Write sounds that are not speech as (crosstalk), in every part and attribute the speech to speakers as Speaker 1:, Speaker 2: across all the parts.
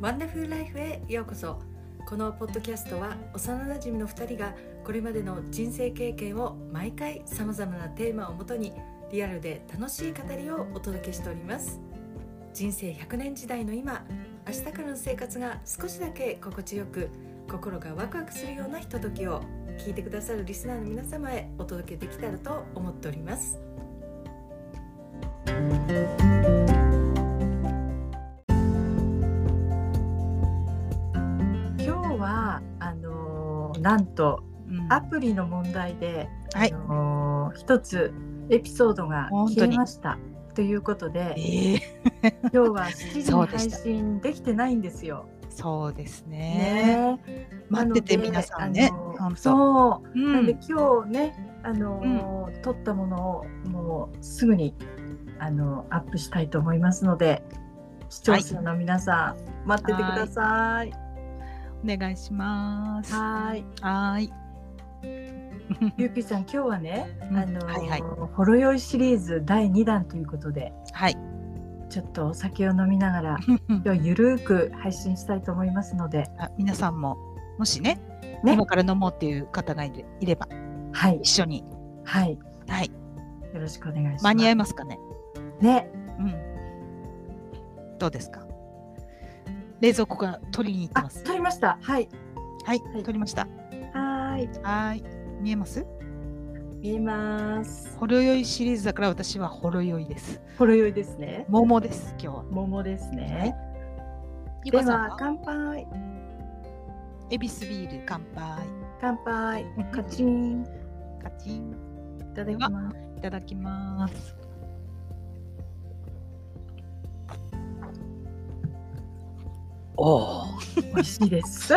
Speaker 1: ワンダフルライフへようこそこのポッドキャストは幼なじみの2人がこれまでの人生経験を毎回さまざまなテーマをもとにリアルで楽しい語りをお届けしております人生100年時代の今明日からの生活が少しだけ心地よく心がワクワクするようなひとときを聞いてくださるリスナーの皆様へお届けできたらと思っております今日はあのーなんと
Speaker 2: うん
Speaker 1: アプリの問題で、
Speaker 2: はい
Speaker 1: あのー一つエピソードが
Speaker 2: 本当
Speaker 1: 消
Speaker 2: に
Speaker 1: えましたということで
Speaker 2: ええ
Speaker 1: 今日は7時
Speaker 2: そ
Speaker 1: に
Speaker 2: うでし
Speaker 1: 配
Speaker 2: た
Speaker 1: 信できてないんですよ。
Speaker 2: そうですね。
Speaker 1: ねえ
Speaker 2: 待ってて
Speaker 1: なので
Speaker 2: 皆さんね
Speaker 1: あのー
Speaker 2: 本当
Speaker 1: そう、
Speaker 2: う
Speaker 1: なんで
Speaker 2: ん、
Speaker 1: 今日ね、あのー撮ったものをもうすぐにあのーアップしたいと思いますので視聴者の皆さん、待っててください。
Speaker 2: お願いします。は
Speaker 1: はーい
Speaker 2: ーい。
Speaker 1: ゆうきさん今日はね、
Speaker 2: うん
Speaker 1: あのー
Speaker 2: はいはい
Speaker 1: ほろ酔いシリーズ第2弾ということで
Speaker 2: はい。
Speaker 1: ちょっとお酒を飲みながら今日ゆるーく配信したいと思いますので
Speaker 2: (laughs) あ皆さんももしね
Speaker 1: ね
Speaker 2: 今から飲もうっていう方がいれいれば
Speaker 1: はい
Speaker 2: 一緒に
Speaker 1: はい
Speaker 2: はい
Speaker 1: よろしくお願いします
Speaker 2: 間に合いますかね。
Speaker 1: ね
Speaker 2: うん。どうですか。冷蔵庫から取りに行って
Speaker 1: あ
Speaker 2: ます。
Speaker 1: 撮りましたはい
Speaker 2: はい、
Speaker 1: い
Speaker 2: 取りました。
Speaker 1: はーい
Speaker 2: はーい。見えます？
Speaker 1: 見えます
Speaker 2: ほろ酔いシリーズだから私はほろ酔いです。
Speaker 1: ほろ酔いですね
Speaker 2: 桃です今日は。
Speaker 1: 桃ですね
Speaker 2: ゆ
Speaker 1: で
Speaker 2: かさん
Speaker 1: は
Speaker 2: は
Speaker 1: 乾杯
Speaker 2: エビスビール乾杯。
Speaker 1: 乾杯カチンい
Speaker 2: カチン
Speaker 1: ただきます
Speaker 2: いただきます。おお。
Speaker 1: 美味しいです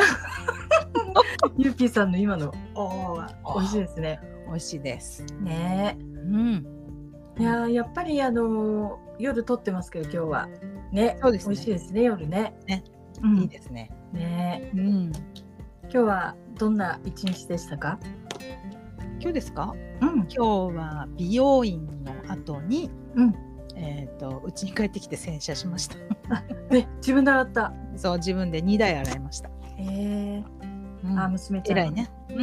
Speaker 2: (laughs)
Speaker 1: ゆうきさんの今のおーは美味しいですね
Speaker 2: 美味しいです。
Speaker 1: ね
Speaker 2: うん。
Speaker 1: いやーやっぱりあのー夜撮ってますけど今日はね
Speaker 2: そうですね
Speaker 1: 美味しいですね夜ね
Speaker 2: ね
Speaker 1: うん、
Speaker 2: いいですね。
Speaker 1: ね
Speaker 2: うん。
Speaker 1: 今日はどんな一日でしたか
Speaker 2: 今日ですか？
Speaker 1: うん
Speaker 2: 今日は美容院の後に、
Speaker 1: うん
Speaker 2: えっ、と家に帰ってきて洗車しました。
Speaker 1: ね自分で洗った
Speaker 2: そう自分で二台洗いました。
Speaker 1: えー
Speaker 2: うん
Speaker 1: あ娘ちゃん
Speaker 2: 偉いね。う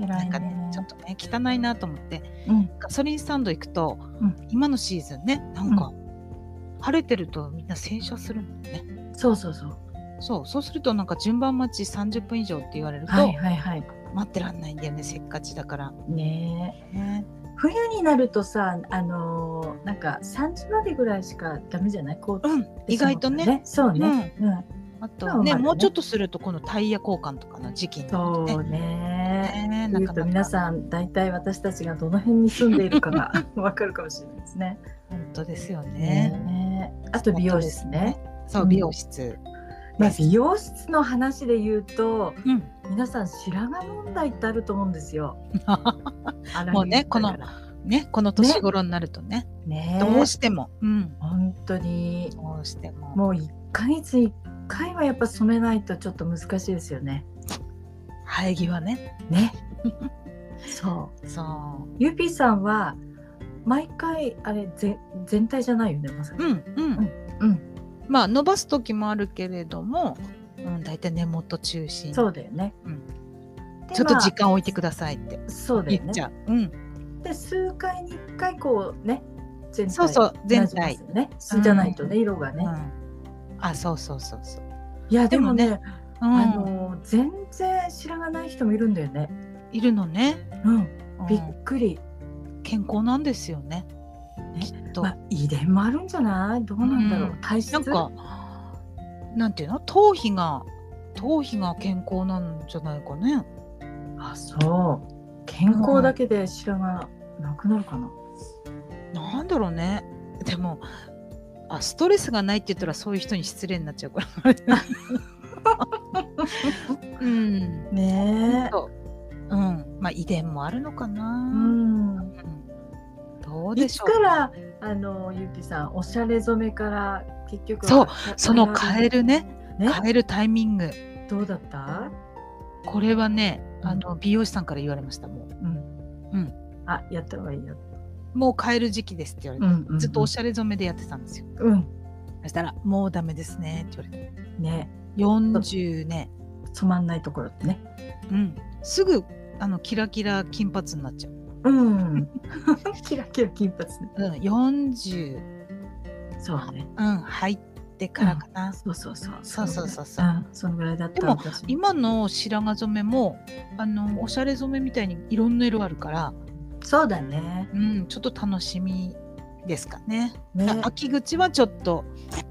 Speaker 2: ん。
Speaker 1: 偉いね
Speaker 2: なんかねちょっとね汚いなと思って
Speaker 1: うん
Speaker 2: ガソリンスタンド行くと、
Speaker 1: うん
Speaker 2: 今のシーズンねなんか、晴れてるとみんな洗車するんだよね
Speaker 1: そうそうそう
Speaker 2: そうそうするとなんか順番待ち30分以上って言われると、
Speaker 1: はいはいはい
Speaker 2: 待ってらんないんだよねせっかちだから、
Speaker 1: ね
Speaker 2: ね、
Speaker 1: え冬になるとさあのーなんか3時までぐらいしかダメじゃないこう
Speaker 2: うん意外とね
Speaker 1: そうねうん、
Speaker 2: あと
Speaker 1: まあ
Speaker 2: ね
Speaker 1: まあね
Speaker 2: もうちょっとするとこのタイヤ交換とかの時期になると
Speaker 1: そう
Speaker 2: ね
Speaker 1: ね
Speaker 2: ね
Speaker 1: 言うと皆
Speaker 2: ん
Speaker 1: さん大体私たちがどの辺に住んでいるか (laughs) がわかるかもしれないですね。
Speaker 2: 本当ですよね
Speaker 1: ねえあと美容室ね。
Speaker 2: そううん美容室、
Speaker 1: まあ美容室の話で言うと
Speaker 2: うん
Speaker 1: 皆さん白髪問題ってあると思うんですよ。
Speaker 2: もうねこの (laughs) ねこの年頃になるとね
Speaker 1: ねえ
Speaker 2: どうしても、うん
Speaker 1: 本当に
Speaker 2: どうしても
Speaker 1: もう1ヶ月1回はやっぱ染めないとちょっと難しいですよね。
Speaker 2: 生え際ね
Speaker 1: ね。 (laughs) そう。
Speaker 2: そ
Speaker 1: ゆぴさんは毎回あれぜ全体じゃないよねまさ
Speaker 2: う
Speaker 1: か。
Speaker 2: うんうん、
Speaker 1: うん、
Speaker 2: まあ伸ばす時もあるけれども、うん、大体根元中心
Speaker 1: そうだよね。
Speaker 2: うん
Speaker 1: で
Speaker 2: ちょっと時
Speaker 1: ま
Speaker 2: 間置いてくださいって
Speaker 1: あそうだよ
Speaker 2: 言
Speaker 1: ね
Speaker 2: っち。ゃう、うん、
Speaker 1: で数回に1回こうね全体
Speaker 2: そうそう
Speaker 1: な
Speaker 2: 全体
Speaker 1: じますよねすじゃないとね、色がね、
Speaker 2: うん、あそうそうそうそう、
Speaker 1: いやでもね
Speaker 2: でうん、
Speaker 1: あのー全然知らない人もいるんだよね
Speaker 2: いるのね、
Speaker 1: うん
Speaker 2: うん
Speaker 1: びっくり、
Speaker 2: 健康なんですよねきっと、
Speaker 1: まあ遺伝もあるんじゃないどうなんだろう、
Speaker 2: うん
Speaker 1: 体質
Speaker 2: なんかなんていうの頭皮が頭皮が健康なんじゃないかね
Speaker 1: あそう健康だけで白髪なくなるかな、
Speaker 2: なんだろうねでもあストレスがないって言ったらそういう人に失礼になっちゃうからうん
Speaker 1: ねえ
Speaker 2: そう。うん。まあ遺伝もあるのか
Speaker 1: う
Speaker 2: な。
Speaker 1: ん
Speaker 2: うんどう
Speaker 1: い
Speaker 2: で
Speaker 1: つ
Speaker 2: しょう。
Speaker 1: からあのーゆきさんおしゃれ染めから結局
Speaker 2: そう
Speaker 1: は
Speaker 2: その変えるね、
Speaker 1: ね
Speaker 2: 変えるタイミング。
Speaker 1: どうだった
Speaker 2: これはね、
Speaker 1: うん
Speaker 2: あの美容師さんから言われました。も
Speaker 1: うん
Speaker 2: う
Speaker 1: あやった方がいいよ
Speaker 2: うもう変える時期ですって言われて、
Speaker 1: うんうんうん
Speaker 2: ずっとおしゃれ染めでやってたんですよ。
Speaker 1: うん
Speaker 2: そしたらもうダメですねって言われて。
Speaker 1: ね
Speaker 2: 40年、
Speaker 1: つまんないところってね。
Speaker 2: うん、すぐあのキラキラ金髪になっちゃう、 (laughs)
Speaker 1: うん。 (laughs) キラキラ金髪ね。
Speaker 2: うん、40、
Speaker 1: そうね。
Speaker 2: うん、入ってからかな、
Speaker 1: そうそうそう。
Speaker 2: そうそう
Speaker 1: う。
Speaker 2: そうそう、
Speaker 1: うん、そのぐらいだった
Speaker 2: でも
Speaker 1: 私
Speaker 2: 今の白髪染めもあのおしゃれ染めみたいにいろんな色あるから、
Speaker 1: そうだね。
Speaker 2: うん、ちょっと楽しみですかね。
Speaker 1: ね。
Speaker 2: 秋口はちょっと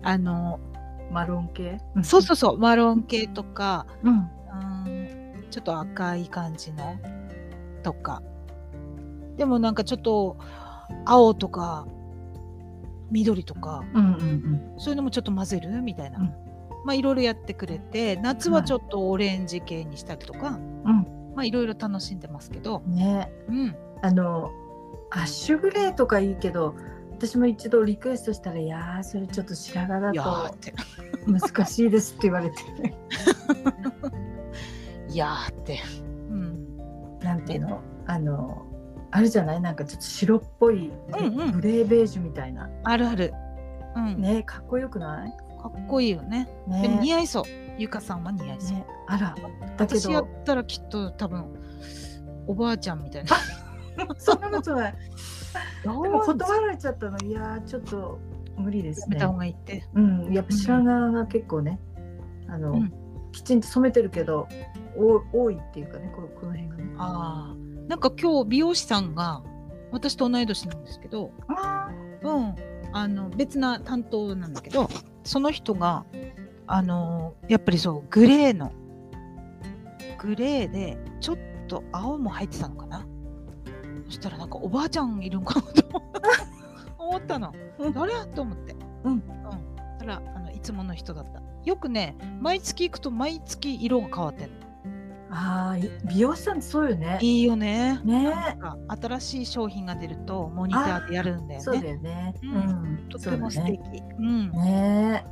Speaker 2: あの
Speaker 1: マロン系。
Speaker 2: そうそうそうマロン系とか、
Speaker 1: うん。うん。
Speaker 2: うん、ちょっと赤い感じのとかでもなんかちょっと青とか緑とか
Speaker 1: うんうん
Speaker 2: そういうのもちょっと混ぜるみたいな、
Speaker 1: うん
Speaker 2: まあいろいろやってくれて夏はちょっとオレンジ系にしたりとか、
Speaker 1: うん
Speaker 2: まあいろいろ楽しんでますけど、
Speaker 1: うん。ね。
Speaker 2: うん、
Speaker 1: あのアッシュグレーとかいいけど私も一度リクエストしたら「いやーそれちょっと白
Speaker 2: い
Speaker 1: 髪
Speaker 2: やー
Speaker 1: だ
Speaker 2: っ
Speaker 1: と
Speaker 2: て
Speaker 1: 難しいです」って言われて (laughs)
Speaker 2: いやーって、うん、
Speaker 1: なんていうのあのあるじゃないなんかちょっと白っぽい
Speaker 2: うんうん
Speaker 1: グレーベージュみたいな、
Speaker 2: あるある、うん
Speaker 1: ねかっこよくない
Speaker 2: かっこいいよね
Speaker 1: ね
Speaker 2: でも似合いそうゆかさんは似合いそう、
Speaker 1: ねあらだけ
Speaker 2: 私やっ
Speaker 1: ど
Speaker 2: たらきっと多分おばあちゃんみたいな (laughs)
Speaker 1: そんなことない
Speaker 2: で
Speaker 1: でも断られちゃったのいやーちょっと無理です
Speaker 2: め
Speaker 1: ね
Speaker 2: た方がいいって、
Speaker 1: うんやっぱ白髪が結構ねあの、
Speaker 2: うん
Speaker 1: きちんと染めてるけどお多いっていうかねここの辺がね
Speaker 2: ああなんか今日美容師さんが私と同い年なんですけど、
Speaker 1: あ
Speaker 2: うん、あの別な担当なんだけどその人があのーやっぱりそうグレーのグレーでちょっと青も入ってたのかなそしたらなんかおばあちゃんいるんかなと思った (laughs) 思ったの
Speaker 1: うん
Speaker 2: 誰やと思って
Speaker 1: うん
Speaker 2: うんたらあのいつもの人だったよくね毎月行くと毎月色が変わってんの
Speaker 1: あーい美容師さんってそうよね。
Speaker 2: いいよね
Speaker 1: ね
Speaker 2: なんか新しい商品が出るとモニターでやるんだよ
Speaker 1: そう
Speaker 2: ね
Speaker 1: だよね。
Speaker 2: う
Speaker 1: うんん、
Speaker 2: とっても素敵、
Speaker 1: そう
Speaker 2: ん
Speaker 1: うだねね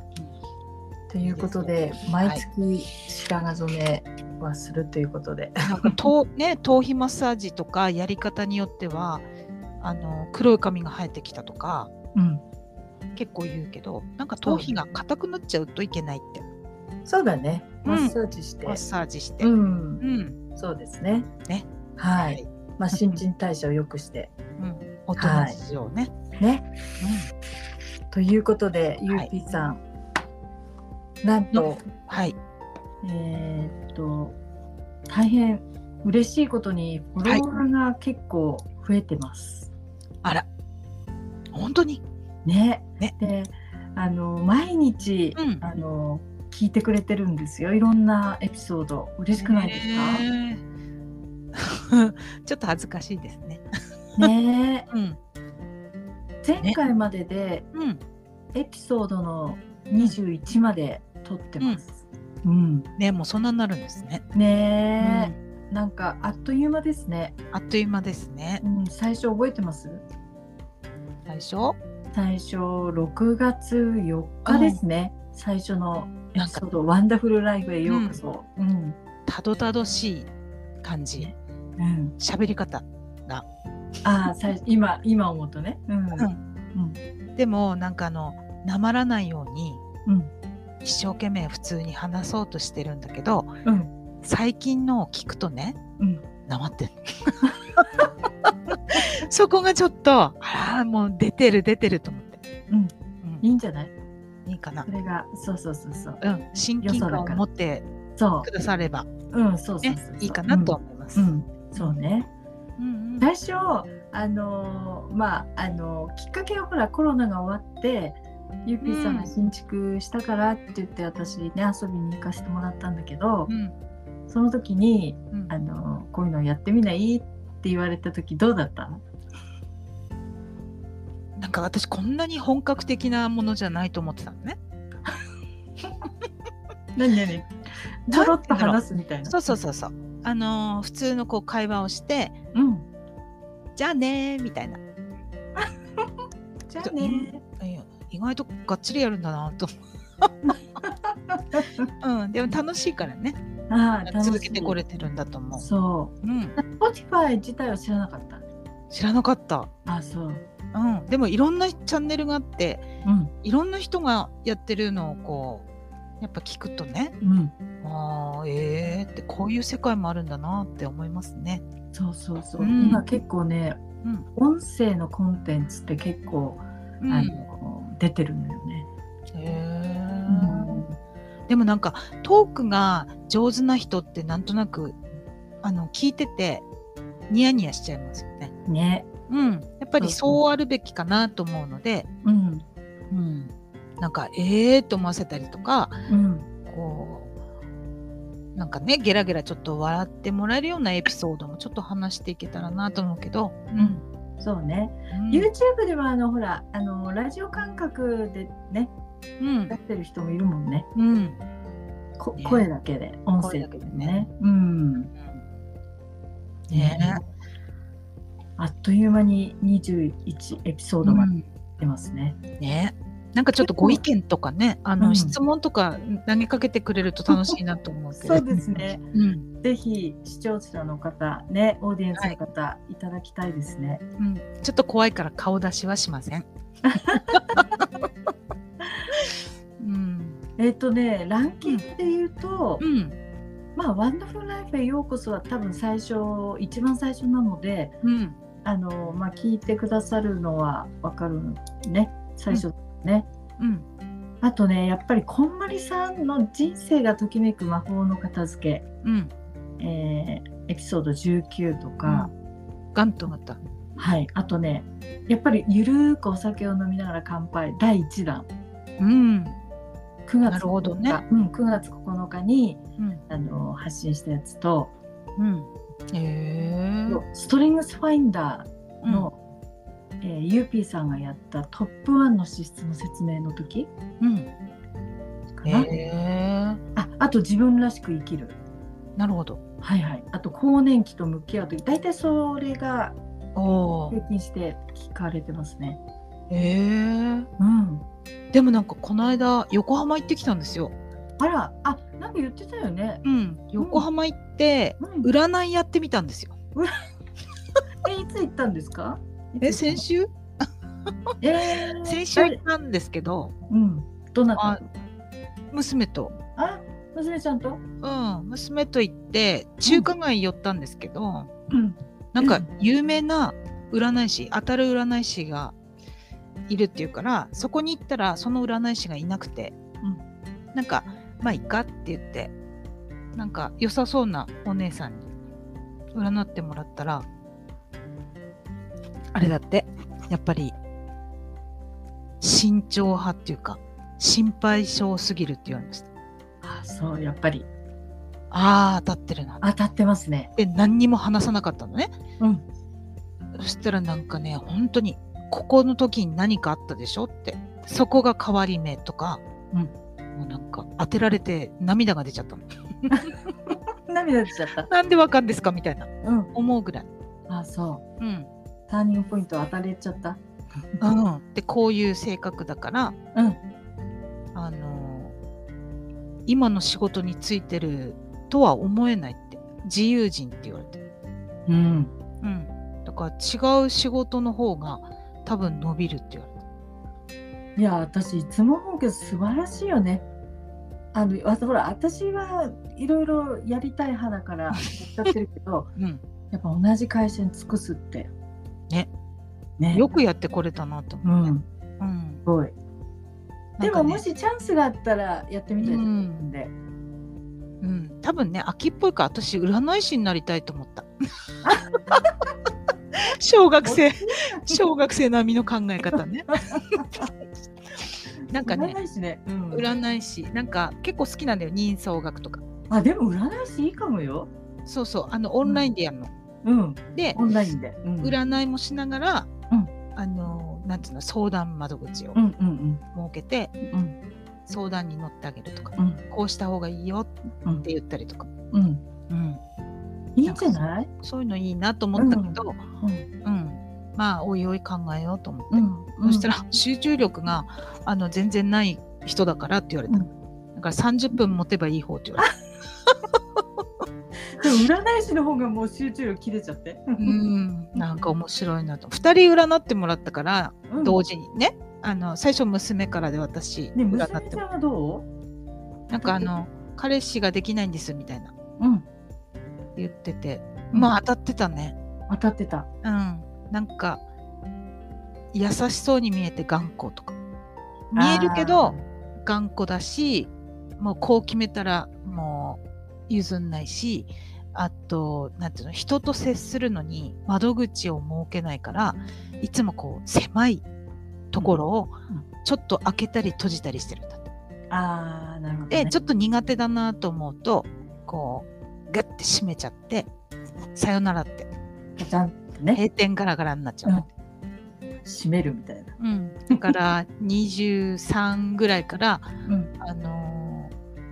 Speaker 1: ということで毎月白髪染めはするということで、
Speaker 2: なんか頭ね、 (laughs) 頭皮マッサージとかやり方によってはあの黒い髪が生えてきたとか
Speaker 1: うん、
Speaker 2: 結構言うけどなんか頭皮が硬くなっちゃうといけないって
Speaker 1: そうだね。
Speaker 2: うん
Speaker 1: マッサージして
Speaker 2: マッ、サージして、
Speaker 1: うん、
Speaker 2: うん
Speaker 1: そうですね。
Speaker 2: ね、
Speaker 1: はい。
Speaker 2: はい
Speaker 1: まあ新陳代謝を良くして
Speaker 2: うん、大人事情ね、
Speaker 1: ね。ということで、ゆうぴーさん、なんと
Speaker 2: のはい
Speaker 1: えーっと大変嬉しいことにフォロワーが結構増えてます。
Speaker 2: あら本当に
Speaker 1: ね。
Speaker 2: ね
Speaker 1: であの毎日、
Speaker 2: うん
Speaker 1: あの聞いてくれてるんですよいろんなエピソード嬉しくないですか、
Speaker 2: へー (laughs) ちょっと恥ずかしいですね
Speaker 1: ね
Speaker 2: うん
Speaker 1: 前回までで
Speaker 2: うん
Speaker 1: エピソードの21まで撮ってます。うん、
Speaker 2: ねもうそんなになるんですね、
Speaker 1: ねえ、なんかあっという間ですね。
Speaker 2: うんあっという間ですね
Speaker 1: うん、最初覚えてます
Speaker 2: 最初
Speaker 1: 最初6月4日ですね、最初のエピソード「ワンダフルライフ」へようこそ。うん
Speaker 2: たどたどしい感じ
Speaker 1: うん
Speaker 2: 喋り方
Speaker 1: ああ最今今思うとね。うん
Speaker 2: んでもなんかあのなまらないように
Speaker 1: うん
Speaker 2: 一生懸命普通に話そうとしてるんだけど
Speaker 1: うん
Speaker 2: 最近のを聞くとね
Speaker 1: うん
Speaker 2: なまってる (laughs) そこがちょっとあらもう出てる出てると思って、
Speaker 1: うん
Speaker 2: うん
Speaker 1: いいんじゃない
Speaker 2: いいかな
Speaker 1: そ、れがそうそうそうそう
Speaker 2: うん、親近感を持って
Speaker 1: そ
Speaker 2: くだされば、
Speaker 1: ううんそうそう
Speaker 2: ね
Speaker 1: そう、
Speaker 2: いいかなと思います。
Speaker 1: うん、うんそうね
Speaker 2: うんうん
Speaker 1: 最初あのーまああのーきっかけはほらコロナが終わってゆうぴーさんが新築したからって言って私ね遊びに行かせてもらったんだけど、
Speaker 2: うん
Speaker 1: その時に
Speaker 2: うん
Speaker 1: あのこういうのやってみないって言われた時どうだった
Speaker 2: なんか私こんなに本格的なものじゃないと思ってたのね。
Speaker 1: 何
Speaker 2: (laughs)
Speaker 1: 何ちょろっと話すみたいな
Speaker 2: そうそうそうそう。あのー普通のこう会話をして、
Speaker 1: うん
Speaker 2: じゃあねーみたいな。
Speaker 1: じゃあね
Speaker 2: いや意外とがっちりやるんだな (laughs) と思う、うん、でも楽しいからね
Speaker 1: ああ楽しい
Speaker 2: 続けてこれてるんだと思、
Speaker 1: そう
Speaker 2: うん、
Speaker 1: う Spotify 自体は知らなかった
Speaker 2: 知らなかった、
Speaker 1: あそう
Speaker 2: うん、でもいろんなチャンネルがあって
Speaker 1: うん
Speaker 2: いろんな人がやってるのをこやっぱ聞くとね
Speaker 1: うん、
Speaker 2: ああええってこういう世界もあるんだなって思いますね。
Speaker 1: そうそうそう、
Speaker 2: うん
Speaker 1: 今結構ね
Speaker 2: うん
Speaker 1: 音声のコンテンツって結構、
Speaker 2: うん
Speaker 1: あの出てるのよね、
Speaker 2: へえでもなんかトークが上手な人ってなんとなくあの聞いててニヤニヤしちゃいますよね。
Speaker 1: うんね
Speaker 2: うん、やっぱり
Speaker 1: そうそう
Speaker 2: そうあるべきかなと思うので、
Speaker 1: うん
Speaker 2: うん、なんかええー、と思わせたりとか
Speaker 1: うん
Speaker 2: こうなんかねゲラゲラちょっと笑ってもらえるようなエピソードもちょっと話していけたらなと思うけど、うん
Speaker 1: そうね、
Speaker 2: うん
Speaker 1: YouTube ではあのほらあのラジオ感覚でね
Speaker 2: うん
Speaker 1: 出してる人もいるもんね
Speaker 2: うん
Speaker 1: こ
Speaker 2: ね
Speaker 1: 声だけで音声だけでねうん
Speaker 2: ね
Speaker 1: あっという間に21エピソードまで出ますね、
Speaker 2: ねなんかちょっとご意見とかねあの、
Speaker 1: うん
Speaker 2: 質問とか投げかけてくれると楽しいなと思うけど
Speaker 1: そうですね、
Speaker 2: うん
Speaker 1: ぜひ視聴者の方ねオーディエンスの方、い、ただきたいですね
Speaker 2: うん、ちょっと怖いから顔出しはし
Speaker 1: (laughs)
Speaker 2: ません。うん
Speaker 1: えっ、とねランキングで言うと、
Speaker 2: うん
Speaker 1: まあ「ワンダフルライフへようこそ」は多分最初一番最初なので
Speaker 2: うん
Speaker 1: あの、まあ、聞いてくださるのは分かるね最初ね、
Speaker 2: うん
Speaker 1: あとねやっぱりこんまりさんの人生がときめく魔法の片付
Speaker 2: うん
Speaker 1: け、えーエピソード19とか、
Speaker 2: ガンとまた。
Speaker 1: はいあとねやっぱりゆるーくお酒を飲みながら乾杯第1弾
Speaker 2: うん
Speaker 1: 9
Speaker 2: な
Speaker 1: 月
Speaker 2: るほどね
Speaker 1: うん、9月9日に
Speaker 2: うん
Speaker 1: あの発信したやつと、
Speaker 2: うんへえ。
Speaker 1: ストリングスファインダー
Speaker 2: うん
Speaker 1: の、えー、ゆうぴーさんがやったトップ1の資質の説明の時
Speaker 2: うん
Speaker 1: か
Speaker 2: へ
Speaker 1: な、
Speaker 2: え。
Speaker 1: ああと自分らしく生きる
Speaker 2: なるほど。はい
Speaker 1: はいあと更年期と向き合う時大体それが
Speaker 2: お
Speaker 1: 平均して聞かれてますね
Speaker 2: へえ。
Speaker 1: うん
Speaker 2: でもなんかこの間横浜行ってきたんですよ。
Speaker 1: あらあなんか言ってたよね
Speaker 2: うん。横浜行って
Speaker 1: うん
Speaker 2: 占いやってみたんですよ。
Speaker 1: えいつ行ったんですか
Speaker 2: え先
Speaker 1: 週
Speaker 2: 週
Speaker 1: えー、
Speaker 2: 先週行ったんですけど、
Speaker 1: うんどなた
Speaker 2: あ娘と。
Speaker 1: あ娘ちゃんと
Speaker 2: うん、娘と行って中華街寄ったんですけど、
Speaker 1: うん
Speaker 2: なんか有名な占い師当たる占い師がいるっていうからそこに行ったらその占い師がいなくて、なんかまあいいかって言ってなんか良さそうなお姉さんに占ってもらったらあれだってやっぱり慎重派っていうか心配性すぎるって言われました
Speaker 1: あそうやっぱり
Speaker 2: ああ当たってるな
Speaker 1: 当たってますね
Speaker 2: で何にも話さなかったのね
Speaker 1: うん
Speaker 2: そしたらなんかね本当にここの時に何かあったでしょってそこが変わり目とか、
Speaker 1: うん
Speaker 2: もうなんか当てられて涙が出ちゃったの
Speaker 1: 涙出ちゃった
Speaker 2: なんでわかんですかみたいな
Speaker 1: うん
Speaker 2: 思うぐらい、
Speaker 1: あそう
Speaker 2: うん
Speaker 1: ターニングポイント当たれちゃった
Speaker 2: うん、でこういう性格だから、
Speaker 1: うん
Speaker 2: あのー今の仕事についてるとは思えないって自由人って言われて
Speaker 1: うん
Speaker 2: うん、だから違う仕事の方が多分伸びるって言われ
Speaker 1: いや私いつも思うけど素晴らしいよね。あのわほら私はいろいろやりたい派だからやっちゃってるけど (laughs)
Speaker 2: た、
Speaker 1: やっぱ同じ会社に尽くすって
Speaker 2: ね
Speaker 1: ね
Speaker 2: よくやってこれたなと
Speaker 1: う
Speaker 2: 思う、ね
Speaker 1: ん
Speaker 2: うん
Speaker 1: すごいで
Speaker 2: な
Speaker 1: も
Speaker 2: んかね
Speaker 1: もしチャンスがあったらやってみたいと思うんで、
Speaker 2: うん、多分ね秋っぽいから私占い師になりたいと思った
Speaker 1: (laughs)
Speaker 2: 小学生
Speaker 1: (laughs)
Speaker 2: 小学生並みの考え方ねなんかね
Speaker 1: 占い師ね、うん
Speaker 2: 占い師なんか結構好きなんだよ人相学とか
Speaker 1: あでも占い師いいかもよ
Speaker 2: そうそうあのオンラインでやるの、
Speaker 1: うん
Speaker 2: で
Speaker 1: オンラインで、うん、
Speaker 2: 占いもしながら、
Speaker 1: うん
Speaker 2: あのなんていうの相談窓口を
Speaker 1: う
Speaker 2: 設
Speaker 1: んうん
Speaker 2: けて、
Speaker 1: うんうん
Speaker 2: 相談に乗ってあげるとか、
Speaker 1: うん
Speaker 2: こうした方がいいよって言ったりとか、
Speaker 1: うん
Speaker 2: うん
Speaker 1: いいんじゃない、
Speaker 2: そういうのいいなと思ったけど、
Speaker 1: うん
Speaker 2: うんまあおいおい考えようと思って、
Speaker 1: うん
Speaker 2: そしたら集中力があの全然ない人だからって言われた、だから30分持てばいい方って言われた、
Speaker 1: でも占い師の方がもう集中力切れちゃって、
Speaker 2: うん、なんか面白いなと2人占ってもらったから
Speaker 1: うん
Speaker 2: 同時にねあの最初娘からで私
Speaker 1: ね、
Speaker 2: 占
Speaker 1: 娘
Speaker 2: って
Speaker 1: さ
Speaker 2: も
Speaker 1: んはどう
Speaker 2: なんかあの彼氏ができないんですみたいな
Speaker 1: うん、
Speaker 2: 言っててまあ当たってたね
Speaker 1: 当たってた。
Speaker 2: うんなんか優しそうに見えて頑固とか見えるけど頑固だしもうこう決めたらもう譲んないしあとなんていうの人と接するのに窓口を設けないからいつもこう狭いところを
Speaker 1: うんうん
Speaker 2: ちょっと開けたり閉じたりしてるんだって。
Speaker 1: ああ、なるほど、ね。
Speaker 2: でちょっと苦手だなと思うとこうグッて閉めちゃってさよならって
Speaker 1: ガチャンってね、
Speaker 2: 閉店ガラガラになっちゃう。
Speaker 1: 閉めるみたいな。
Speaker 2: うん、だから23ぐらいから、
Speaker 1: うん
Speaker 2: あのー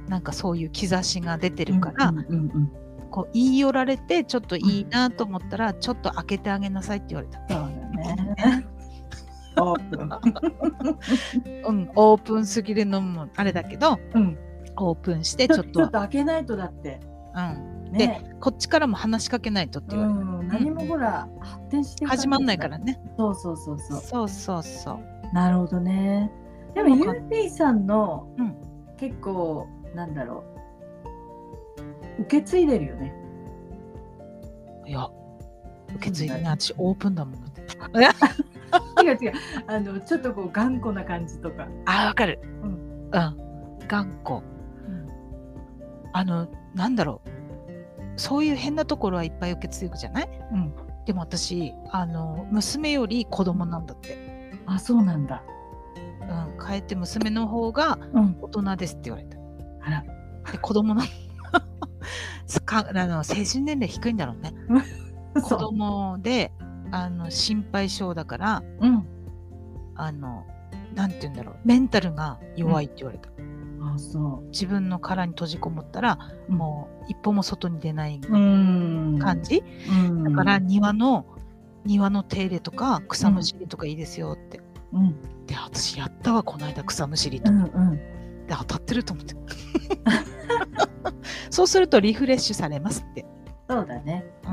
Speaker 2: なんかそういう兆しが出てるから、
Speaker 1: うんうんうん
Speaker 2: こう言い寄られてちょっといいなと思ったら、ちょっと開けてあげなさいって言われた。
Speaker 1: そうだ (laughs) ね。オープン。
Speaker 2: うん、オープンすぎるのもあれだけど
Speaker 1: うん。
Speaker 2: オープンして
Speaker 1: ちょ
Speaker 2: ち
Speaker 1: っと
Speaker 2: ょっ
Speaker 1: ちょっ
Speaker 2: と
Speaker 1: と開けないとだって。
Speaker 2: うん、
Speaker 1: ね。
Speaker 2: こっちからも話しかけないとって
Speaker 1: う
Speaker 2: 言われた、
Speaker 1: ん。何もほら発展してい
Speaker 2: 始まんないから
Speaker 1: ね。
Speaker 2: ね
Speaker 1: そうそうそうそう。
Speaker 2: そうそうそう
Speaker 1: なるほどね。でも
Speaker 2: なん
Speaker 1: ゆ
Speaker 2: か
Speaker 1: うぴーさんの
Speaker 2: うん
Speaker 1: 結構なんだろう受け継いでるよね。
Speaker 2: いや受け継いで
Speaker 1: うん
Speaker 2: ね私オープンだもんだって
Speaker 1: (laughs) 違う違う。あのちょっとこう頑固な感じとか。
Speaker 2: (laughs) あーわかる
Speaker 1: う
Speaker 2: うんん、頑固あのなんだろうそういう変なところはいっぱい受け継ぐじゃない、
Speaker 1: うん
Speaker 2: でも私あの娘より子供なんだって、
Speaker 1: あそうなんだ。
Speaker 2: うん、かえって娘の方が
Speaker 1: うん。
Speaker 2: 大人ですって言われた
Speaker 1: あら。
Speaker 2: で子供な (laughs) すかあの精神年齢低いんだろうね子
Speaker 1: そ
Speaker 2: 供であの心配性だから
Speaker 1: う。うん。
Speaker 2: あのなんて言うんだろうメンタルが弱いって言われた、
Speaker 1: あそう。
Speaker 2: 自分の殻に閉じこもったらもう一歩も外に出ない
Speaker 1: うん。
Speaker 2: 感じ、
Speaker 1: うん。
Speaker 2: だから庭の庭の手入れとか草むしりとかいいですよって、
Speaker 1: うん。
Speaker 2: で私やったわこの間草むしり
Speaker 1: う
Speaker 2: と、
Speaker 1: んうん。
Speaker 2: で当たってると思って (laughs) そうするとリフレッシュされますって、
Speaker 1: そうだね。
Speaker 2: う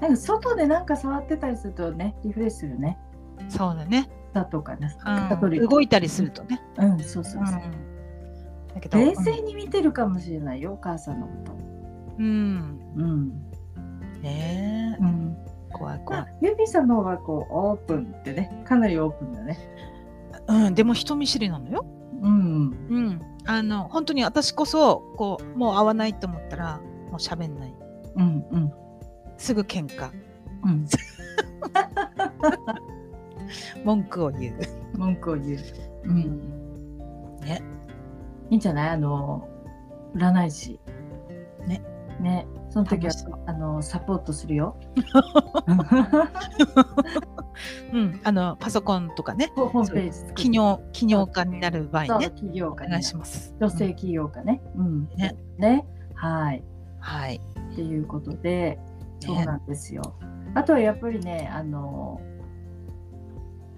Speaker 1: なんか外でなんか触ってたりするとね、リフレッシュするね。
Speaker 2: ん、そうだね、
Speaker 1: だとかね。
Speaker 2: う
Speaker 1: り
Speaker 2: ん、動いたりするとね、
Speaker 1: うん、そうそうそう。
Speaker 2: うんだけど
Speaker 1: 冷静に見てるかもしれないよ、お母さんのこと。
Speaker 2: うん、
Speaker 1: うん。
Speaker 2: うんね
Speaker 1: う
Speaker 2: え
Speaker 1: ん。
Speaker 2: 怖い怖
Speaker 1: ま
Speaker 2: い、
Speaker 1: ゆびさんの方がこうオープンってね、かなりオープンだね。
Speaker 2: うん、でも人見知りなのよ、
Speaker 1: うん。
Speaker 2: うん、あの本当に私こそこうもう会わないと思ったらもう喋んない
Speaker 1: うんうん。
Speaker 2: すぐ喧嘩
Speaker 1: うん、
Speaker 2: 文句を言う
Speaker 1: 文句を言う、う、
Speaker 2: うんん。ね。
Speaker 1: いいんじゃないあの占い師
Speaker 2: ね
Speaker 1: ねその時は
Speaker 2: 楽しそ
Speaker 1: あのサポートするよ
Speaker 2: うん。あの、パソコンとかね、
Speaker 1: (laughs) ホホームページ作って
Speaker 2: 起業、起業家になる場
Speaker 1: そ
Speaker 2: 合
Speaker 1: う
Speaker 2: ね、
Speaker 1: 企業
Speaker 2: お
Speaker 1: 家
Speaker 2: 願
Speaker 1: ね
Speaker 2: いします。
Speaker 1: 女性起業家ね、うん、
Speaker 2: ね
Speaker 1: ねはい
Speaker 2: うんはい。
Speaker 1: っていうことで、そう
Speaker 2: ね
Speaker 1: なんですよ。あとはやっぱりね、あの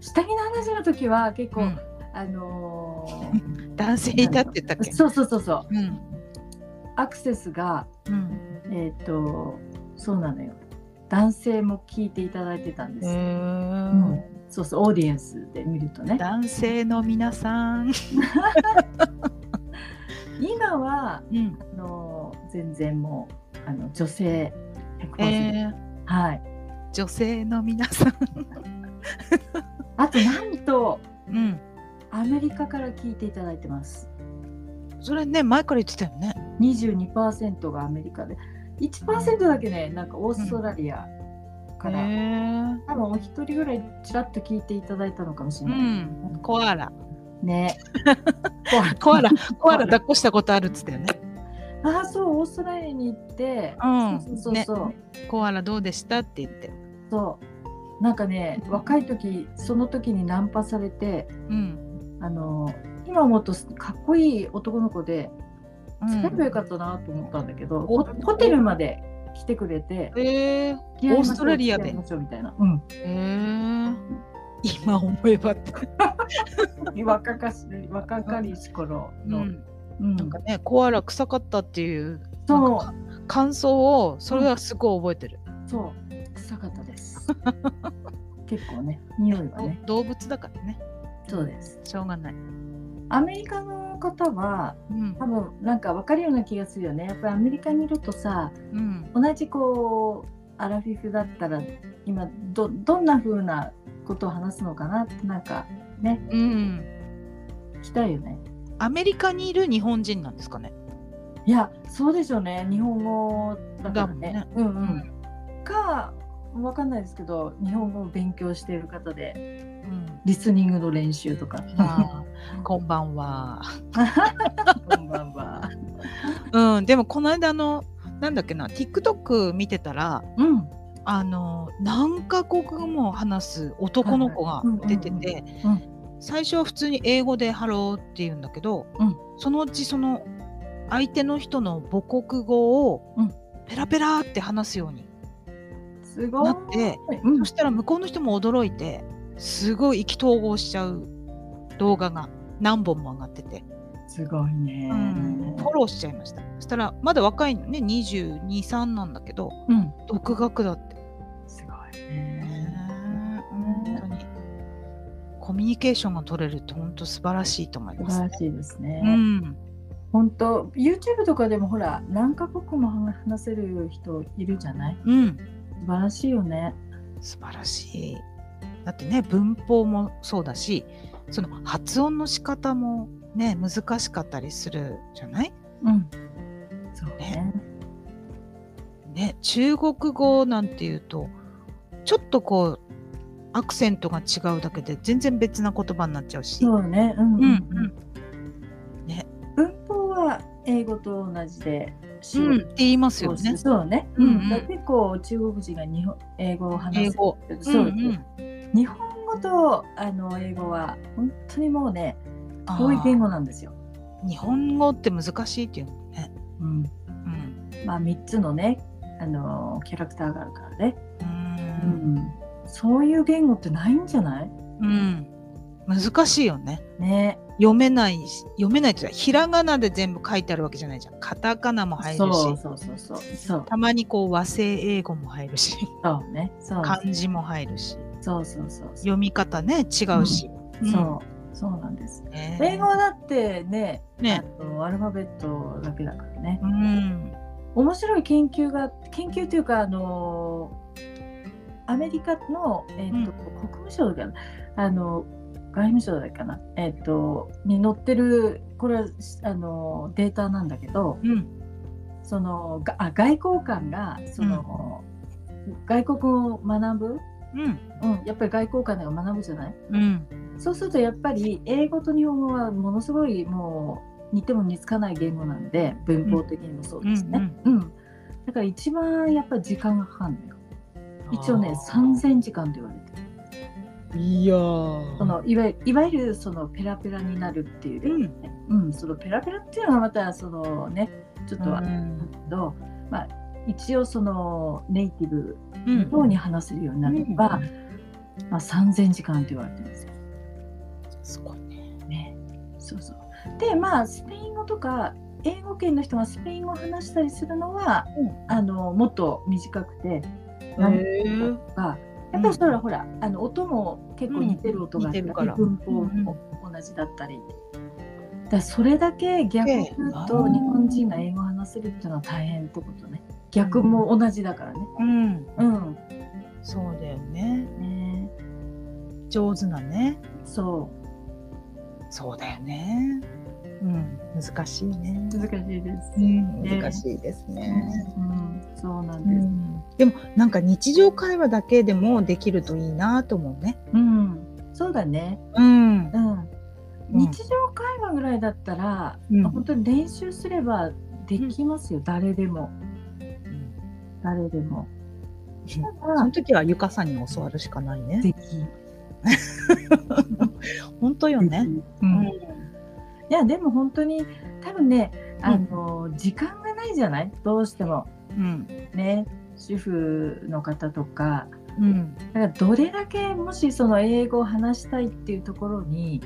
Speaker 1: 下着の話の時は結構、
Speaker 2: うん
Speaker 1: あ
Speaker 2: (laughs)
Speaker 1: の
Speaker 2: 男性いたって言ったっけ
Speaker 1: そうそうそうそう、
Speaker 2: うん。
Speaker 1: アクセスが
Speaker 2: うん。
Speaker 1: えっ、とそうなのよ。男性も聞いていただいてたんですよ。うんそうそうオーディエンスで見るとね。
Speaker 2: 男性の皆さん。
Speaker 1: 今は
Speaker 2: うん。
Speaker 1: あの全然もうあの女性100%、
Speaker 2: え
Speaker 1: はい。
Speaker 2: ー、女性の皆さん。
Speaker 1: あとなんと
Speaker 2: うん。
Speaker 1: アメリカから聞いていただいてます。
Speaker 2: それね、前から言ってたよね。
Speaker 1: 22%がアメリカで1%だけねなんかオーストラリアから、
Speaker 2: え
Speaker 1: 多分お一人ぐらいちらっと聞いていただいたのかもしれな
Speaker 2: う
Speaker 1: い、
Speaker 2: ん。コアラ。
Speaker 1: ね
Speaker 2: (laughs) コアラ、コアラ抱っこしたことあるっつったよね。
Speaker 1: ああそうオーストラリアに行って、
Speaker 2: うん
Speaker 1: そうそうそうそう,、
Speaker 2: コアラどうでしたって言って。
Speaker 1: そうなんかね若い時その時にナンパされて
Speaker 2: うん。
Speaker 1: あの今思うとかっこいい男の子で
Speaker 2: うん
Speaker 1: 付き合えばよかったなと思ったんだけど、ホ
Speaker 2: お
Speaker 1: ホテルまで来てくれて
Speaker 2: えー、
Speaker 1: 付き合いましょう
Speaker 2: オーストラリアで
Speaker 1: 付き合いましょうみたいな、うん、
Speaker 2: えー、今思えばって、
Speaker 1: 若かし若かりし頃の、うん
Speaker 2: なんかねコアラ臭かったっていう
Speaker 1: そう
Speaker 2: 感想をそれはすごい覚えてる、
Speaker 1: そう臭かったです (laughs) 結構ね匂いはね
Speaker 2: 動物だからね
Speaker 1: そうです
Speaker 2: しょうがない
Speaker 1: アメリカの方は
Speaker 2: うん
Speaker 1: 多分なんか分かるような気がするよねやっぱりアメリカにいるとさ
Speaker 2: うん
Speaker 1: 同じこうアラフィフだったら今どどんな風なことを話すのかなってなんか
Speaker 2: うん、
Speaker 1: 聞きたいよね。
Speaker 2: アメリカにいる日本人なんですかね。
Speaker 1: いやそうでしょうね日本語だからね。う
Speaker 2: だ
Speaker 1: んうん、か分かんないですけど日本語を勉強している方で
Speaker 2: うん、
Speaker 1: リスニングの練習とか。
Speaker 2: あーこんばんは。
Speaker 1: こんばんは。
Speaker 2: うん、でもこの間あのなんだっけな TikTok 見てたら
Speaker 1: うん
Speaker 2: あの何カ国語も話す男の子が出てて
Speaker 1: うんうん
Speaker 2: 最初は普通に英語で「ハロー」って言うんだけど、
Speaker 1: うん
Speaker 2: そのうちその相手の人の母国語を
Speaker 1: うん
Speaker 2: ペラペラって話すように
Speaker 1: すご
Speaker 2: ないっ。て、
Speaker 1: うん
Speaker 2: そしたら向こうの人も驚いてすごい意気投合しちゃう動画が何本も上がってて。
Speaker 1: すごいね。
Speaker 2: フォローしちゃいましたそしたらまだ若いのね223なんだけど
Speaker 1: うん、
Speaker 2: 独学だって、
Speaker 1: すごいね。
Speaker 2: 本当にコミュニケーションが取れるって本当素晴らしいと思い
Speaker 1: 素
Speaker 2: ます、
Speaker 1: 晴らしいですね。
Speaker 2: うん
Speaker 1: 本当 YouTube とかでもほら何カ国も話せる人いるじゃない
Speaker 2: うん
Speaker 1: 素晴らしいよね。
Speaker 2: 素晴らしいだってね文法もそうだしその発音の仕方もね難しかったりするじゃない
Speaker 1: うん。そうね。
Speaker 2: ね中国語なんていうとちょっとこうアクセントが違うだけで全然別な言葉になっちゃうし
Speaker 1: そうね。うんうん
Speaker 2: う
Speaker 1: うんん。
Speaker 2: うん
Speaker 1: 文法は英語と同じで仕
Speaker 2: うん、っ
Speaker 1: 事
Speaker 2: て言いますよ
Speaker 1: を
Speaker 2: ね。
Speaker 1: そうね。
Speaker 2: うんうん
Speaker 1: だから結構中国人が日本英語を話
Speaker 2: 英
Speaker 1: す。
Speaker 2: 語。
Speaker 1: そう、
Speaker 2: んん
Speaker 1: 日本語とあの英語は本当にもうね遠い言語なんですよ。
Speaker 2: あー日本語って難しいっていうのね。
Speaker 1: うん。
Speaker 2: うん。
Speaker 1: まあ3つのねあのキャラクターがあるからね。
Speaker 2: う。
Speaker 1: うんん。そういう言語ってないんじゃない？
Speaker 2: うん。難しいよね。
Speaker 1: ね。
Speaker 2: 読めないし、読めないっていうかひらがなで全部書いてあるわけじゃないじゃん。カタカナも入る
Speaker 1: そう
Speaker 2: し、
Speaker 1: そうそうそうそう
Speaker 2: たまにこう和製英語も入るし、
Speaker 1: そうねそう
Speaker 2: 漢字も入るし、
Speaker 1: そうそうそうそう
Speaker 2: 読み方ね違うし。うん
Speaker 1: そうそうなんです
Speaker 2: ね
Speaker 1: 英語だってね
Speaker 2: ね。
Speaker 1: あのアルファベットだけだからね
Speaker 2: うん。
Speaker 1: 面白い研究が研究というかあのアメリカの、えっと国務省だかなあの外務省だっけかな、えっとに載ってるこれはあのデータなんだけど、
Speaker 2: うん。
Speaker 1: そのがあ外交官がその、外国語を学ぶ、
Speaker 2: うん。
Speaker 1: うん、やっぱり外交官が学ぶじゃない
Speaker 2: うん。
Speaker 1: そうするとやっぱり英語と日本語はものすごいもう似ても似つかない言語なんで文法的にもそうですね、うんだから一番やっぱり時間がかかんのよ一応ね3,000時間と言われてる
Speaker 2: いやー
Speaker 1: そのいわゆるいわゆるそのペラペラになるっていうう、
Speaker 2: ん。
Speaker 1: うん、そのペラペラっていうのはまたそのねちょっとは、ど、まあ、一応そのネイティブ
Speaker 2: うん。
Speaker 1: ように話せるようになれば、まあ、3,000時間と言われてるんですよ
Speaker 2: すごいね。
Speaker 1: ね。そうそうでまあスペイン語とか英語圏の人がスペイン語を話したりするのは、
Speaker 2: う
Speaker 1: あのもっと短くて
Speaker 2: へ
Speaker 1: 何
Speaker 2: ー
Speaker 1: とかやっぱりそれはほら、あの音も結構似てる音があったり、
Speaker 2: うん似てるから
Speaker 1: 文法も同じだったり。だからそれだけ逆に言うと
Speaker 2: うん
Speaker 1: 日本人が英語を話せるっていうのは大変ってことね逆も同じだからね。
Speaker 2: うん、
Speaker 1: うん、
Speaker 2: そうだよね。
Speaker 1: ね
Speaker 2: 上手なね。
Speaker 1: そ
Speaker 2: そうだよね。うん、難しいね
Speaker 1: う。難しいです。
Speaker 2: うん
Speaker 1: ね
Speaker 2: 難しいですね。
Speaker 1: うん、そうなん
Speaker 2: う
Speaker 1: です。
Speaker 2: んでもなんか日常会話だけでもできるといいなと思うね。
Speaker 1: うん、そうだね。
Speaker 2: うん。
Speaker 1: うん。日常会話ぐらいだったら、
Speaker 2: うん
Speaker 1: 本当に練習すればできますよ。誰でも誰でも。た
Speaker 2: そ
Speaker 1: だ
Speaker 2: の時はゆかさんに教わるしかないね。
Speaker 1: でき
Speaker 2: 本当よ
Speaker 1: る
Speaker 2: ね。。
Speaker 1: う。
Speaker 2: うん
Speaker 1: いやでも本当に多分ね、あの時間がないじゃない。どうしても
Speaker 2: うん。
Speaker 1: ね。主婦の方とか
Speaker 2: うん。
Speaker 1: だからどれだけもしその英語を話したいっていうところに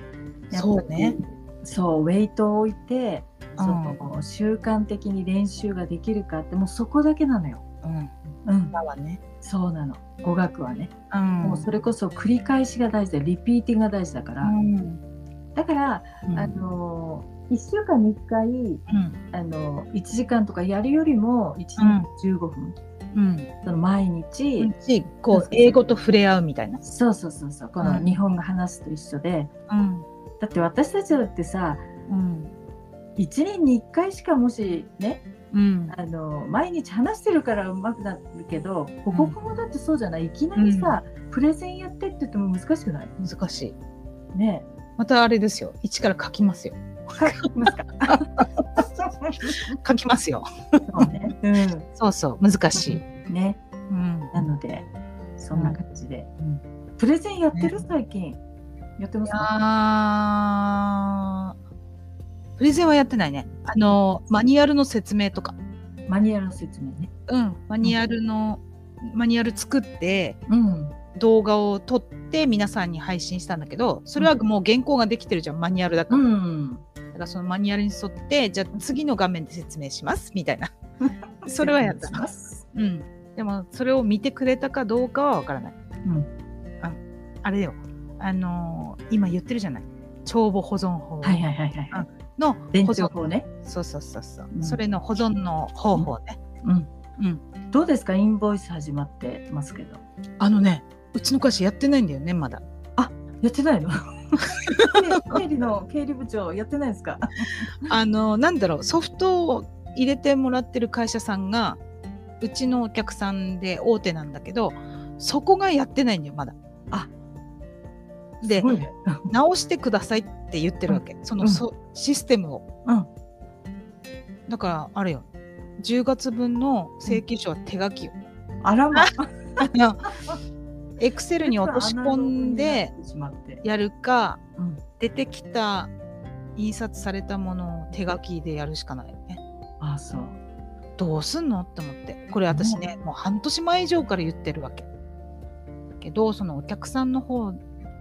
Speaker 1: やっぱり
Speaker 2: そうね。
Speaker 1: そうウェイトを置いて
Speaker 2: う
Speaker 1: そ
Speaker 2: ん
Speaker 1: の習慣的に練習ができるかってもうそこだけなのよ。
Speaker 2: うん。
Speaker 1: うん、
Speaker 2: だわね。
Speaker 1: そうなの語学はね、
Speaker 2: うん
Speaker 1: もうそれこそ繰り返しが大事でリピーティングが大事だから、
Speaker 2: うん。
Speaker 1: だから、
Speaker 2: うん
Speaker 1: あの1週間に1回
Speaker 2: うん
Speaker 1: あの1時間とかやるよりも1日15分、
Speaker 2: うん
Speaker 1: その毎日、
Speaker 2: し
Speaker 1: そう
Speaker 2: こう
Speaker 1: そう
Speaker 2: 英語と触れ合うみたいな。
Speaker 1: そうそうそうそうこ
Speaker 2: う
Speaker 1: の
Speaker 2: ん
Speaker 1: 日本が話すと一緒で、
Speaker 2: うん
Speaker 1: だって私たちだってさ
Speaker 2: うん
Speaker 1: 1年に1回しかもしね
Speaker 2: うん
Speaker 1: あの毎日話してるからうまくなるけど母国語だってそうじゃないいきなりさ、プレゼンやってって言っても難しくない
Speaker 2: 難しい。
Speaker 1: ね
Speaker 2: またあれですよ一から書きますよ。
Speaker 1: かますか
Speaker 2: (laughs) 書きますよ。
Speaker 1: そうね、う
Speaker 2: そうそう難しい。
Speaker 1: ん、ね
Speaker 2: うん
Speaker 1: なのでそんな感じで、プレゼンやってる最近やってますか
Speaker 2: あープレゼンはやってないね。あのマニュアルの説明とか。
Speaker 1: マニュアルの説明ね
Speaker 2: うんマニュアルの、マニュアル作って
Speaker 1: うん
Speaker 2: 動画を撮って皆さんに配信したんだけどそれはもう原稿ができてるじゃんマニュアルだから。
Speaker 1: うん
Speaker 2: だからそのマニュアルに沿ってじゃあ次の画面で説明しますみたい (laughs) なそれはやった
Speaker 1: し、ます
Speaker 2: うん、でもそれを見てくれたかどうかはわからない、
Speaker 1: ん
Speaker 2: ああれよあのー今言ってるじゃない帳簿保存法
Speaker 1: はいはいはいはいはい
Speaker 2: の
Speaker 1: 勉
Speaker 2: 保
Speaker 1: 強
Speaker 2: 存
Speaker 1: 法ね
Speaker 2: そうそうそうそう、
Speaker 1: うん
Speaker 2: それの保存の方法ね、
Speaker 1: うん
Speaker 2: うん、
Speaker 1: どうですかインボイス始まってますけど
Speaker 2: あのねうちの会社やってないんだよねまだ
Speaker 1: やってないのね経理の経理部長やってないですか
Speaker 2: あのなんだろうソフトを入れてもらってる会社さんがうちのお客さんで大手なんだけどそこがやってないんだよまだ。
Speaker 1: あ
Speaker 2: です
Speaker 1: ごいね
Speaker 2: 直してくださいって言ってるわけ、その、
Speaker 1: うん
Speaker 2: そシステムを。
Speaker 1: うん
Speaker 2: だからあれよ10月分の請求書は手書きよ。
Speaker 1: あらま
Speaker 2: エクセルに落とし込んで
Speaker 1: しまって
Speaker 2: やるか、
Speaker 1: うん
Speaker 2: 出てきた印刷されたものを手書きでやるしかないよね。
Speaker 1: あそう
Speaker 2: どうすんのって思ってこれ私ね、もう半年前以上から言ってるわけだけどそのお客さんの方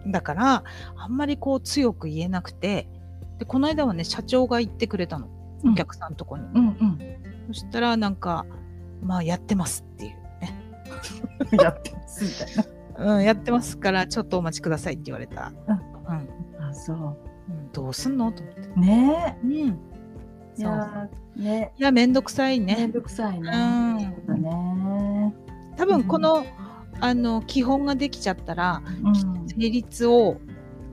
Speaker 2: だからあんまりこう強く言えなくてでこの間はね社長が言ってくれたの
Speaker 1: うん
Speaker 2: お客さんのとこに、
Speaker 1: うんうん
Speaker 2: そしたらなんかまあやってますっていうね、
Speaker 1: やってますみたい
Speaker 2: うん、やってますからちょっとお待ちくださいって言われた、うん
Speaker 1: なあそう
Speaker 2: うん、どうすんのと思って、
Speaker 1: ね
Speaker 2: うん、い
Speaker 1: えいやーね
Speaker 2: やめんどくさいね
Speaker 1: めんどくさいね
Speaker 2: うん
Speaker 1: そうだね
Speaker 2: 多分この,、あの基本ができちゃったら
Speaker 1: うん
Speaker 2: 成立を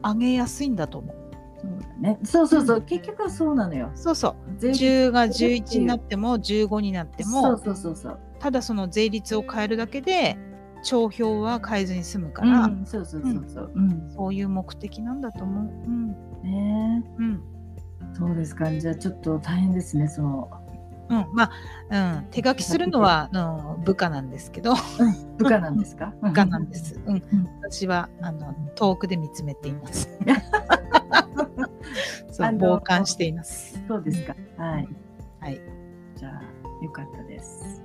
Speaker 2: 上げやすいんだと思う。
Speaker 1: そうだねそうそうそう結局はそうなのよ
Speaker 2: そうそう。
Speaker 1: 税
Speaker 2: 10が11になっても15になっても、
Speaker 1: そうそうそうそう
Speaker 2: ただその税率を変えるだけで帳表は変えずに済むから、
Speaker 1: うん、そうそうそうそう、うん
Speaker 2: そういう目的なんだと思う。うん
Speaker 1: ね
Speaker 2: うん
Speaker 1: えそうですかじゃあちょっと大変ですねその
Speaker 2: うん、まあ、うん、手書きするのはあの部下なんですけど
Speaker 1: 部下なんですか
Speaker 2: 部下なんです、うん
Speaker 1: うん
Speaker 2: 私はあの遠くで見つめています
Speaker 1: (laughs)
Speaker 2: そう
Speaker 1: あの
Speaker 2: 傍観しています
Speaker 1: (laughs) そうですかはい
Speaker 2: はい
Speaker 1: じゃあよかったです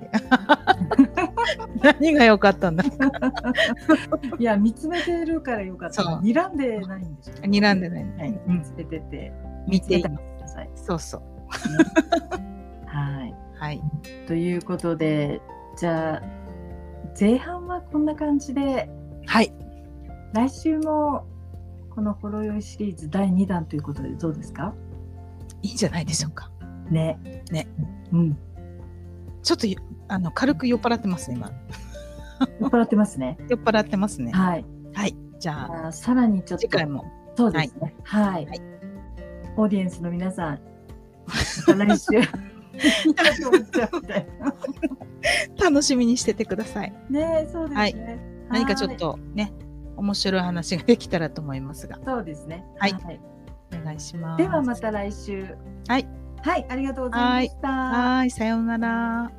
Speaker 2: 何が良かったんだ
Speaker 1: いや見つめてるからよかった
Speaker 2: そう
Speaker 1: 睨んでないんでしょ
Speaker 2: 睨んでない
Speaker 1: はい
Speaker 2: うん
Speaker 1: 見つめてて
Speaker 2: 見てい
Speaker 1: 見つめ
Speaker 2: ま
Speaker 1: てください
Speaker 2: すそうそう
Speaker 1: はい
Speaker 2: はい
Speaker 1: ということでじゃあ前半はこんな感じで
Speaker 2: はい
Speaker 1: 来週もこの「ほろ酔い」シリーズ第2弾ということでどうですか
Speaker 2: いいんじゃないでしょうか。
Speaker 1: ね
Speaker 2: ね
Speaker 1: うん
Speaker 2: ちょっとあの軽く酔っ払ってますね今。
Speaker 1: 酔っ払ってますね
Speaker 2: 酔っ払ってますね。
Speaker 1: はい
Speaker 2: はい。じゃあ
Speaker 1: あーさらにちょっと
Speaker 2: 次回も
Speaker 1: そうですねはい、
Speaker 2: はい
Speaker 1: オーディエンスの皆さんまた来週いなくなっちゃうみたいな
Speaker 2: 楽しみにしててください。
Speaker 1: ねそうですね、
Speaker 2: はい何かちょ
Speaker 1: は
Speaker 2: っ
Speaker 1: い
Speaker 2: とね面白い話ができたらと思いますが
Speaker 1: そうですね
Speaker 2: はいお願いします。
Speaker 1: ではまた来週
Speaker 2: はい
Speaker 1: はいありがとうございました
Speaker 2: はーいさようなら。